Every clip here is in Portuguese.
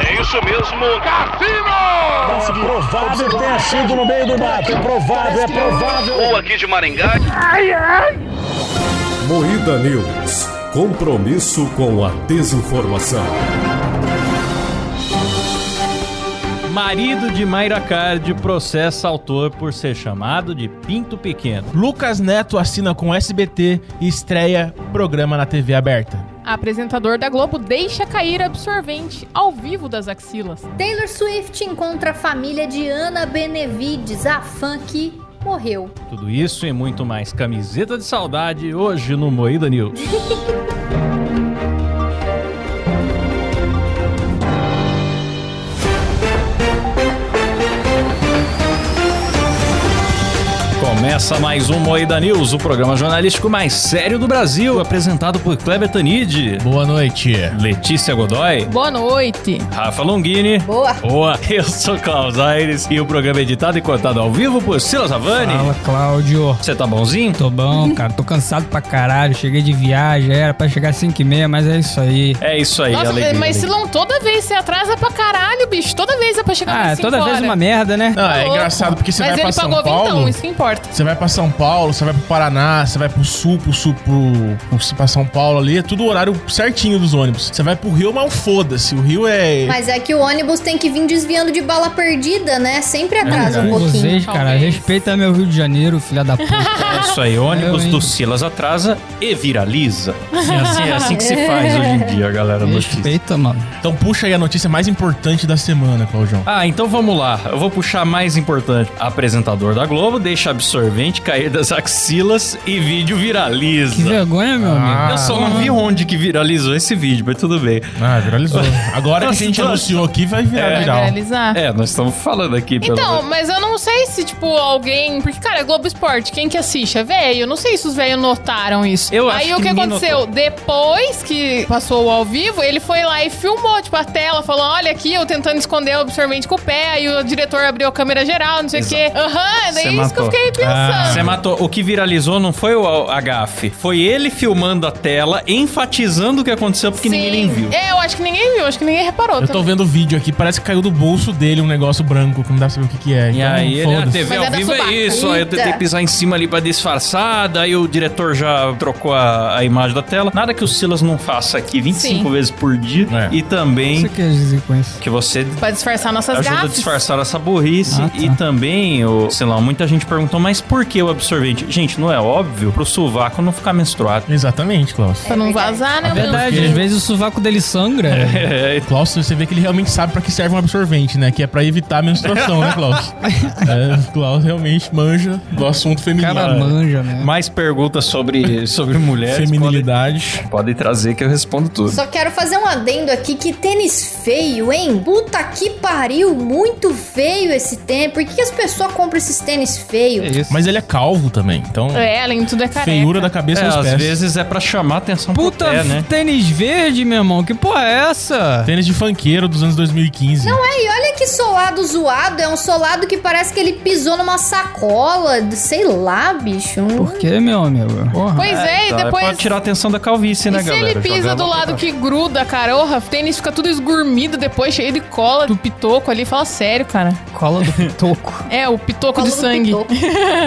É isso mesmo, Cassino! Provável que tenha sido no meio do mato. É provável, é provável. Ou aqui de Maringá. Moída News. Compromisso com a desinformação. Marido de Mayra Card processa autor por ser chamado de Pinto Pequeno. Lucas Neto assina com SBT e estreia programa na TV aberta. Apresentador da Globo deixa cair absorvente ao vivo das axilas. Taylor Swift encontra a família de Ana Benevides, a fã que morreu. Tudo isso e muito mais. Camiseta de saudade hoje no Moída News. Começa mais um Moída News, o programa jornalístico mais sério do Brasil, apresentado por Kleber Tanide, Boa noite. Letícia Godoy, Boa noite. Rafa Longini. Boa. Boa. Eu sou Klaus Aires e o programa é editado e cortado ao vivo por Silas Avani. Fala, Cláudio. Você tá bonzinho? Tô bom, cara. Tô cansado pra caralho. Cheguei de viagem, era pra chegar às 5 e meia, mas é isso aí. É isso aí, Nossa, alegria. mas Silão, toda vez você atrasa pra caralho, bicho. Toda vez é pra chegar Ah, nesse toda fora. vez uma merda, né? Não, é Tá louco. engraçado porque você Mas vai ele pra São pagou Paulo. vintão, isso que importa. Você vai pra São Paulo, você vai pro Paraná, você vai pro sul, pro sul, pro, pro pra São Paulo ali, é tudo o horário certinho dos ônibus. Você vai pro Rio, mas foda-se. O Rio é. Mas é que o ônibus tem que vir desviando de bala perdida, né? Sempre atrasa um Com pouquinho. vocês, cara. Talvez. Respeita meu Rio de Janeiro, filha da puta. É isso aí, ônibus Eu, hein? do Silas atrasa e viraliza. É assim, é assim que se faz hoje em dia, galera. notícia. Respeita, mano. Então puxa aí a notícia mais importante da semana, Claudião. Ah, então vamos lá. Eu vou puxar a mais importante. Apresentador da Globo deixa absorvente cair das axilas e vídeo Que viraliza. vergonha, meu Ah. amigo. Eu só não vi onde que viralizou esse vídeo, mas tudo bem. Ah, viralizou. Agora que a gente anunciou aqui, vai virar Vai viral. viralizar. É, nós estamos falando aqui Então, mas eu não sei se, tipo, alguém. Porque, cara, é Globo Esporte, quem que assiste? É velho. Eu não sei se os velhos notaram isso. Eu Aí acho o que que ninguém aconteceu? Depois que passou o ao vivo, ele foi lá e filmou, tipo, a tela, falou: olha aqui, eu tentando esconder o absorvente com o pé. Aí o diretor abriu a câmera geral, não sei o quê. Aham, é Cê daí isso que matou. eu Ah, fiquei pensando. Você é matou. O que viralizou não foi o a a gafe. Foi ele filmando a tela, enfatizando o que aconteceu, porque Sim. ninguém nem viu. É, eu acho que ninguém viu, acho que ninguém reparou. Eu tô vendo o vídio aqui, parece que caiu do bolso dele um negócio branco, que não dá pra saber o que, que é. E Então, aí, ele, a foda-se. TV Mas ao é da vivo é Subaca. isso. Aí eu tentei Eita. pisar em cima ali pra disfarçar. Daí o diretor já trocou a, a imagem da tela. Nada que o Silas não faça aqui 25 Sim. vezes por dia. É. E também Você quer dizer com isso? que você Pra disfarçar nossas ajuda a gafes. disfarçar essa burrice. Ah, tá. E também, o, sei lá, muita gente perguntou, mas por que o absorvente? Gente, não é óbvio pro sovaco não ficar menstruado. Exatamente, Klaus. Pra não vazar, né, É Tá mano? verdade, porque- às vezes o sovaco dele sangra. É, Klaus, você vê que ele realmente sabe pra que serve um absorvente, né? Que é pra evitar a menstruação, né, Klaus? é, o Klaus realmente manja do assunto O feminino. cara manja, né? mais perguntas sobre, sobre mulheres. Feminilidade. Podem podem trazer que eu respondo tudo. Só quero fazer um adendo aqui, que tênis feio, hein? Puta que pariu, muito feio esse tênis. Por que que as pessoas compram esses tênis É feios? isso. Mas ele é calvo também, então... É, além de tudo é careca. feiura da cabeça É, aos às pés. vezes é pra chamar atenção Puta é, pro pé, né? tênis verde, meu irmão. Que porra é essa? Tênis de funkeiro dos anos 2015. Não é? E olha que solado zoado, é um solado que parece que ele pisou numa sacola, de- sei lá, bicho. Por que, meu amigo? Porra. Pois é, e Então, É pra depois... tirar a atenção da calvície, né, e se galera? ele pisa Jogar do lá pra lado baixo. que gruda a caroa, o tênis fica tudo esgurmido depois, cheio de cola, do pitoco ali. Fala sério, cara. Cola do pitoco. É, o pitoco Cola de do sangue. pitoco.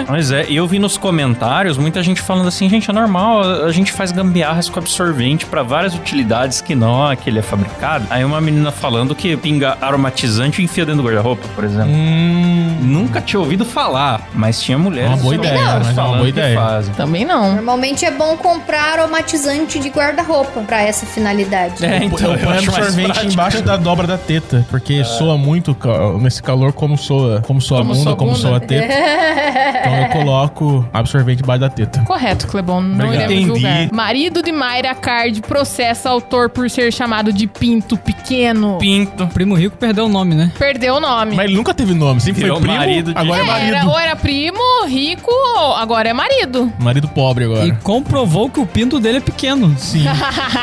Mas é, e eu vi nos comentários muita gente falando assim, gente, é normal, a- a gente faz gambiarras com absorvente pra várias utilidades que não a que ele é fabricado. Aí uma menina falando que pinga aromatizante e enfia dentro do guarda-roupa, por exemplo. Hum... Nunca tinha ouvido falar, mas tinha mulheres Uma boa nos ideia, comentários mas é uma falando boa que ideia. fazem. Também não. Normalmente é bom comprar aromatizante de guarda-roupa pra essa finalidade. É, Então, então, eu eu ponho acho mais absorvente prático. É. embaixo da dobra da teta, porque soa muito ca- nesse calor como soa, como soa Como a bunda, soa a como bunda. soa a teta. então eu coloco absorvente embaixo da teta. Correto, Clebon. Não Obrigado. iremos Entendi. julgar. Marido de Mayra Card processa autor por ser chamado de pinto pequeno. Pinto. Primo Rico perdeu o nome, né? Perdeu o nome. Mas ele nunca teve nome, sempre Virou foi primo, marido de- agora é, É, marido. era, ou era primo, rico, ou agora é marido. Marido pobre agora. E comprovou que o pinto dele é pequeno. Sim.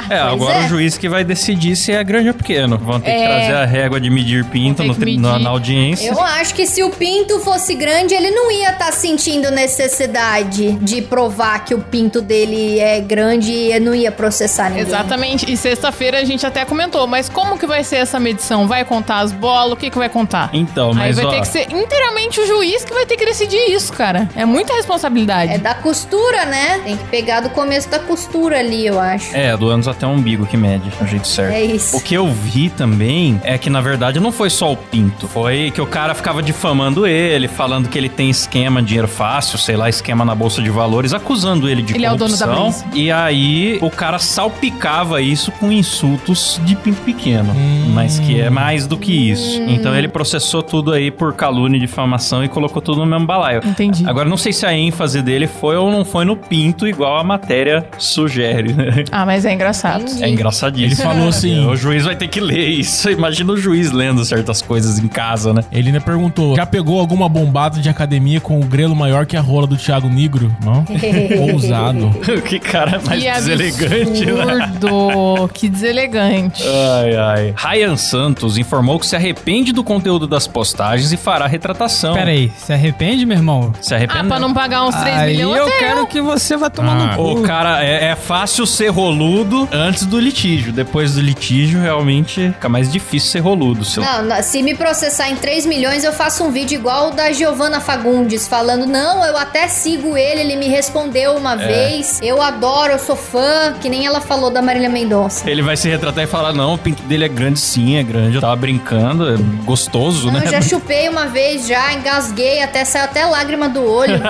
É, agora é. o juiz que vai decidir se é grande ou pequeno. Vão ter que É. trazer a régua de medir pinto Tem no que tri- na, medir. na audiência. Eu acho que se o pinto fosse grande, ele não ia estar sentindo necessidade de provar que o pinto dele é grande e não ia processar ninguém. Exatamente. E sexta-feira a gente até comentou, mas como que vai ser essa medição? Vai contar as bolas? O que que vai contar? Então, Aí mas vai ó, ter que ser inteiramente o juiz que vai ter que decidir isso, cara. É muita responsabilidade. É da costura, né? Tem que pegar do começo da costura ali, eu acho. é, do ânus até o umbigo que mede, do jeito certo. É isso. O que eu vi também é que, na verdade, não foi só o Pinto. Foi que o cara ficava difamando ele, falando que ele tem esquema, dinheiro fácil, sei lá, esquema na Bolsa de Valores, acusando ele de Ele é o dono da corrupção. Blaze. E aí, o cara salpicava isso com insultos de Pinto Pequeno. Mas que é mais do que isso. Hum. Então, ele processou tudo aí por calúnia e difamação e colocou tudo no mesmo balaio. Entendi. Agora, não sei se a ênfase dele foi ou não foi no Pinto, igual a matéria sugere, né? Ah, mas é engraçado. Entendi. É engraçadíssimo. É, Ele falou assim- O juiz vai ter que ler isso. Imagina o juiz lendo certas coisas em casa, né? Ele ainda perguntou: já pegou alguma bombada de academia com o grelo maior que a rola do Thiago Negro? Não? é Ousado. que cara é mais Que deselegante, né? Ah, absurdo. que deselegante. Ai, ai. Ryan Santos informou que se arrepende do conteúdo das postagens e fará retratação. Pera aí, se arrepende, meu irmão? Se Ah, arrepende. pra não Uh. pagar uns 3 Aí milhões é eu até quero que você vá tomar Ah. no O cu. cara, é, é fácil ser roludo antes do litígio. Depois do litígio, realmente fica mais difícil ser roludo. Seu... Ah. Não, não, se me processar em 3 milhões, eu faço um vídeo igual o da Giovanna Fagundes, falando: não, eu até sigo ele, ele me respondeu uma vez, eu adoro, eu sou fã, que nem ela falou da Marília Mendonça. Ele vai se retratar e falar: não, o pinto dele é grande, sim, é grande. Eu tava brincando, é gostoso, Ah, Não, né? eu é já chupei uma vez, já engasguei, até saiu até lágrima do olho.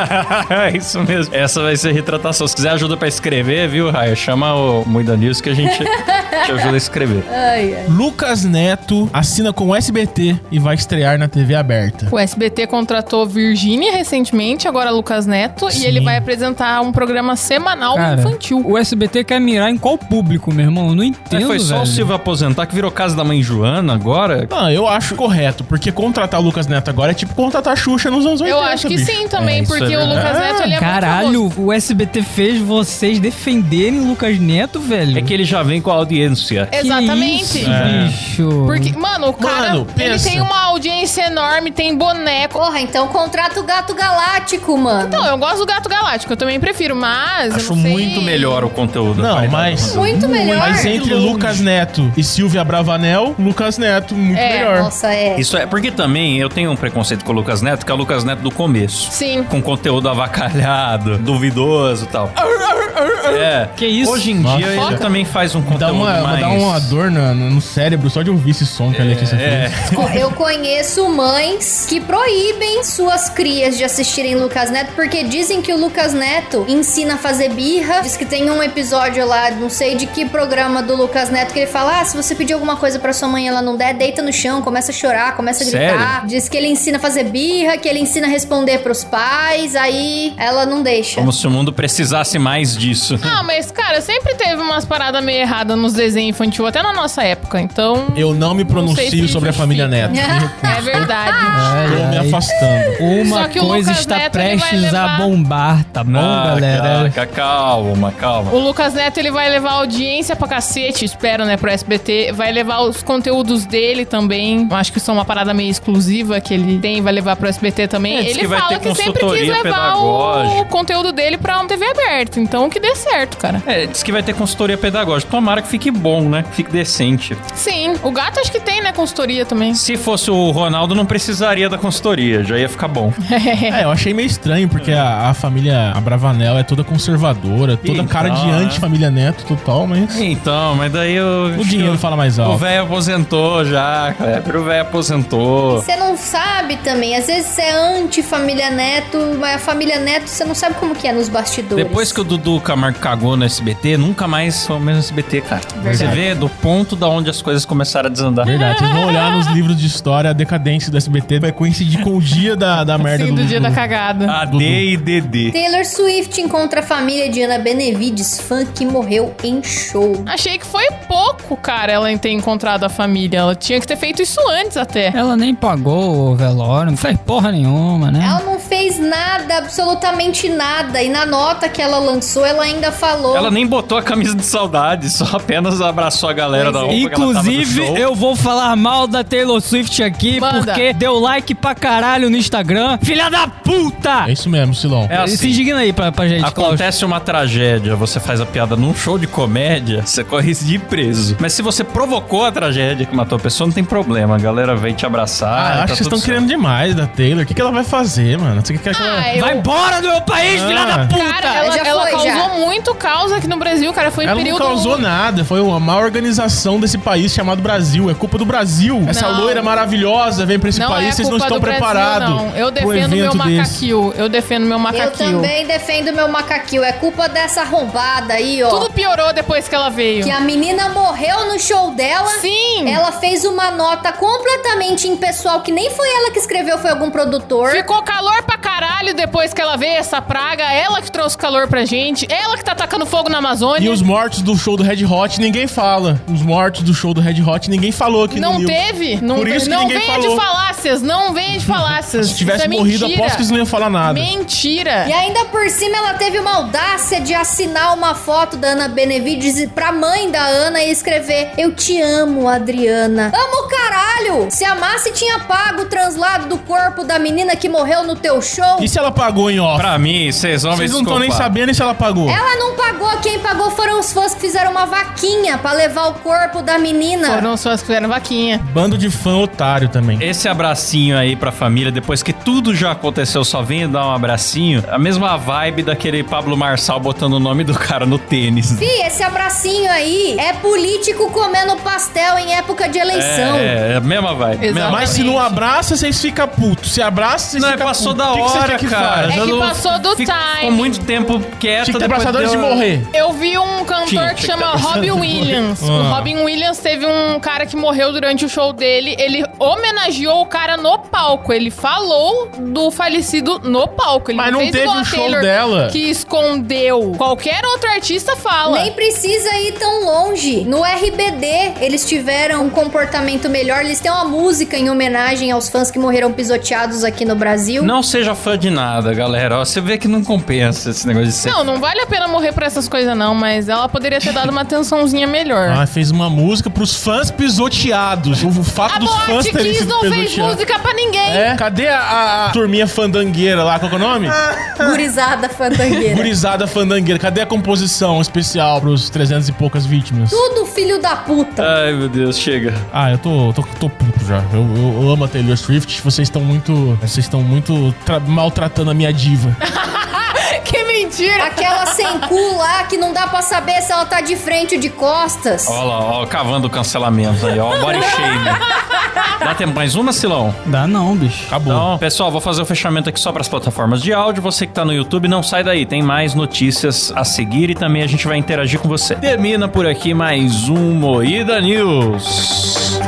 é isso mesmo. Essa vai ser a retratação. Se quiser ajuda pra escrever, viu, Raia? Chama o Muida News que a gente te ajuda a escrever. Ai, ai. Lucas Neto assina com o SBT e vai estrear na TV aberta. O SBT contratou Virgínia recentemente, agora Lucas Neto, Sim. e ele vai apresentar um programa semanal Cara, infantil. O SBT quer mirar em qual público, meu irmão? Eu não entendo, Mas É, foi só velho. o Silvio aposentar que virou casa da mãe Joana agora? Não, Ah, eu acho correto, porque contratar o Lucas Neto agora é tipo contratar a Xuxa nos anos 80. Eu acho que bicho. sim também, É, isso porque é o Lucas verdade. Neto ele é muito famoso. Ah, Caralho, o SBT fez vocês defenderem o Lucas Neto, velho. É que É. ele já vem com a audiência. Que Exatamente. isso, bicho. Porque, mano, o cara Mano, ele pensa. tem uma audiência enorme, tem boneco. Porra, então contrata o gato galáctico, mano. Não, eu gosto do Gato Galáctico, eu também prefiro, mas. eu Acho não sei- muito melhor o conteúdo. Não, Vai, mas. Muito melhor. Mas entre Lucas Neto e Silvia Bravanel, Lucas Neto, muito É, melhor. Nossa, é. Isso é porque também eu tenho um preconceito com o Lucas Neto, que é o Lucas Neto do começo. Sim. Com conteúdo avacalhado, duvidoso e tal. É. Que isso? Hoje em Nossa. dia ele Foca. também faz um Dá conteúdo uma, mais... dá uma dor na- no, cérebro só de ouvir esse som que a Letícia É. fez. Co- Eu conheço mães que proíbem suas crias de assistirem Lucas Neto porque dizem que o Lucas Neto ensina a fazer birra. Diz que tem um episódio lá, não sei de que programa do Lucas Neto, que ele fala: ah, se você pedir alguma coisa pra sua mãe e ela não der, deita no chão, começa a chorar, começa a gritar. Diz que ele ensina a fazer birra, que ele ensina a responder pros pais, aí ela não deixa. Como se o mundo precisasse mais disso. Ah, mas, cara, sempre teve umas paradas meio erradas nos desenhos infantil, até na nossa época, então. Eu não me sei se pronuncio sobre a família justifica. Neto. assim? É verdade. Ai, Tô ai. me afastando. Uma Só que o coisa Lucas está Neto, ele vai prestes a levar- bombar, tá bom, Ah, galera? ca- ca- Calma, calma. O Lucas Neto, ele vai levar audiência pra cacete, espero, né, pro SBT. Vai levar os conteúdos dele também. Eu Acho que são uma parada meio exclusiva que ele tem, vai levar pro SBT também. É, diz ele que vai fala ter que sempre quis consultoria levar pedagógica. o conteúdo dele pra um TV aberta. Então, que dê certo, cara. É, diz que vai ter consultoria pedagógica. Tomara que fique bom, né? Que Fique decente. Sim, o gato acho que tem, né, consultoria também. Se fosse o Ronaldo, não precisaria da consultoria. Já ia ficar bom. É, eu achei meio estranho, porque a, a família a Bravanel é toda conservadora, toda Então, cara de né? anti-família Neto total, mas. Então, mas daí eu... O dinheiro fala mais O alto. velho aposentou já, Kleber. O velho aposentou. Você não sabe também, às vezes você é anti-família Neto, mas a família Neto você não sabe como que é nos bastidores. Depois que o Dudu Camargo cagou no SBT, nunca mais foi o mesmo SBT, cara. Você vê do ponto da onde as coisas começaram a desandar. Verdade, vocês vão olhar nos livros de história a decadência do SBT, vai coincidir com o dia da, da merda Sim, Assim, do dia da cagada. AD e DD. Taylor Swift encontra a família de Ana Benevides, fã que morreu em show. Achei que foi pouco, cara, ela ter encontrado a família. Ela tinha que ter feito isso antes até. Ela nem pagou o velório, não fez porra nenhuma, né? Ela não fez nada, absolutamente nada. E na nota que ela lançou, ela ainda falou. Ela nem botou a camisa de saudade, só apenas abraçou a galera da roupa que ela tava no Inclusive, show. eu vou falar mal da Taylor Swift aqui, Manda. porque deu like pra caralho no Instagram. Filha da puta! É isso mesmo, Silão. É assim. Se indigna aí pra, pra gente, Cláudio. Acontece uma tragédia, você faz a piada num show de comédia, você corre risco de ir preso. Mas se você provocou a tragédia que matou a pessoa, não tem problema. A galera vem te abraçar. Ah, tá acho que vocês tudo estão certo. querendo demais da Taylor. O que, que ela vai fazer, mano? Você quer que ela... Ah, eu... Vai embora do meu país, Ah. filha da puta! Cara, ela, Já ela foi, causou já. muito caos aqui no Brasil, cara. Foi um Ela não período. causou nada, foi uma má organização desse país chamado Brasil. É culpa do Brasil. Essa Não. loira maravilhosa vem pra esse Não país, é vocês não culpa estão do Brasil, preparados. não. Eu pro defendo meu evento desse. macaquil. Eu defendo meu Eu macaquil. também defendo meu macaquil. É culpa dessa arrombada aí, ó. Tudo piorou depois que ela veio. Que a menina morreu no show dela. Sim! Ela fez uma nota completamente impessoal, que nem foi ela que escreveu, foi algum produtor. Ficou calor pra caralho depois que ela veio essa praga. Ela que trouxe calor pra gente. Ela que tá atacando fogo na E Amazônia. os mortos do show do Red Hot, ninguém fala. Os mortos do show do Red Hot, ninguém falou aqui no Não News. teve? Não, Por te- isso que não ninguém venha falou. de falácias, não venha de falácias. Se tivesse Isso é morrido, mentira. aposto que eles não iam falar nada. Mentira. E ainda por cima ela teve uma audácia de assinar uma foto da Ana Benevides e- pra mãe da Ana e escrever: Eu te amo, Adriana. Amo o caralho! Se amasse, tinha pago o translado do corpo da menina que morreu no teu show. E se ela pagou em off? Pra mim, vocês vão me Vocês não estão nem desculpar. sabendo se ela pagou. Ela não pagou, quem pagou foram os fãs que fizeram uma vaquinha pra levar o corpo da menina. Foram só as que fizeram vaquinha. Bando de fã otário também. Esse abracinho aí pra família, depois que tudo já aconteceu, só vem dar um abracinho. A mesma vibe daquele Pablo Marçal botando o nome do cara no tênis. Fih, esse abracinho aí é político comendo pastel em época de eleição. É, é a mesma vibe. Exato. Mesma- Mas se não abraça, vocês ficam putos. Se abraça, vocês Não, é ficam passou putos. da O que que vocês hora, querem que cara. faça? É Já que não- passou do Fica- Ficou timing. muito tempo quieta. Tinha que ter depois abraçado antes de deu- morrer. Eu vi um cantor Tinha, que tinha que chama ter Robin Williams. O Ah. Robin Williams teve um cara que morreu durante o show dele. Ele homenageou o cara no palco. Ele falou do falecido no palco. Ele Mas não fez teve igual o a show Taylor, dela. Que escondeu. Qualquer outro artista fala. Nem precisa ir tão longe. No RBD, eles tiveram um comportamento melhor. Eles têm uma música em homenagem aos fãs que morreram pisoteados aqui no Brasil. Não seja fã de nada, galera. Ó, Você vê que não compensa esse negócio de ser. Não, não vale a pena morrer pra essas coisas, não, mas ela poderia ter dado uma atençãozinha melhor. Ah, fez uma música pros fãs pisoteados. O fato a dos fãs Boate terem Kiss sido não fez pisoteados. música pra ninguém. É, cadê a, a- a turminha fandangueira lá? Qual que é o nome? Ah. Gurizada fandangueira. Gurizada fandangueira. Cadê a composição especial pros 300 e poucas vítimas? Tudo filho da puta. Ai, meu Deus, chega. Ah, eu tô, tô, tô puto já. Eu, eu- eu amo a Taylor Swift. Vocês estão muito. Vocês estão muito tra- maltratando a minha diva. né? Que É. mentira. Aquela sem cu lá que não dá pra saber se ela tá de frente ou de costas. Ó lá, ó, cavando o cancelamento aí, ó. Body shame. Dá tempo mais uma, Silão? Dá não, bicho. Acabou. Então, pessoal, vou fazer o fechamento aqui só para as plataformas de áudio. Você que tá no YouTube, não sai daí. Tem mais notícias a seguir e também a gente vai interagir com você. Termina por aqui mais um Moída News.